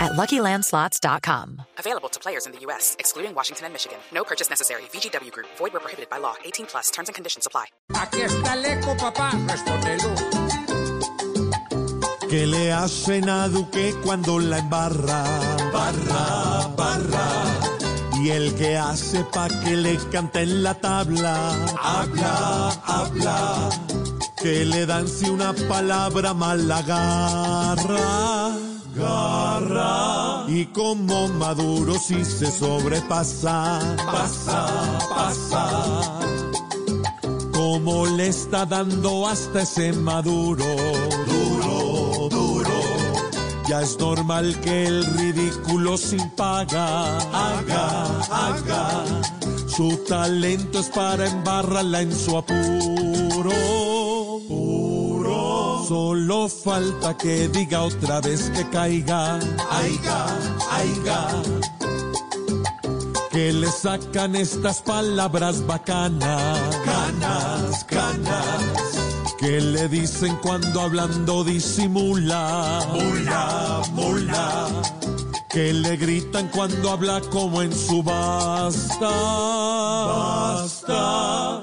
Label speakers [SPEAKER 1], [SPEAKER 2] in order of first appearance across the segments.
[SPEAKER 1] at luckylandslots.com.
[SPEAKER 2] Available to players in the U.S., excluding Washington and Michigan. No purchase necessary. VGW Group, void were prohibited by law. 18 plus terms and conditions apply.
[SPEAKER 3] Aquí está el eco, papá, respóndelo.
[SPEAKER 4] ¿Qué le hacen a Duque cuando la embarra? Barra, barra. Y el que hace pa' que le canten la tabla. Habla, habla. Que le dan si una palabra mala garra. Garra. Y como Maduro si se sobrepasa. Pasa, pasa. Como le está dando hasta ese Maduro. Duro, duro. Ya es normal que el ridículo sin paga haga, haga. Su talento es para embarrarla en su apuro. Puro. Solo falta que diga otra vez que caiga. Aiga, aiga. Que le sacan estas palabras bacanas. Canas, canas. Que le dicen cuando hablando disimula. Mula, mula. Que le gritan cuando habla como en subasta. Basta.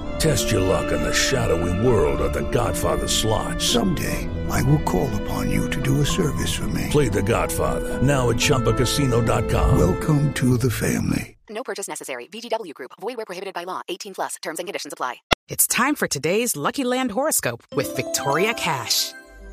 [SPEAKER 5] Test your luck in the shadowy world of The Godfather slot.
[SPEAKER 6] Someday, I will call upon you to do a service for me.
[SPEAKER 5] Play The Godfather now at ChumbaCasino.com.
[SPEAKER 6] Welcome to the family.
[SPEAKER 7] No purchase necessary. VGW Group. Void where prohibited by law. 18 plus. Terms and conditions apply.
[SPEAKER 2] It's time for today's Lucky Land horoscope with Victoria Cash.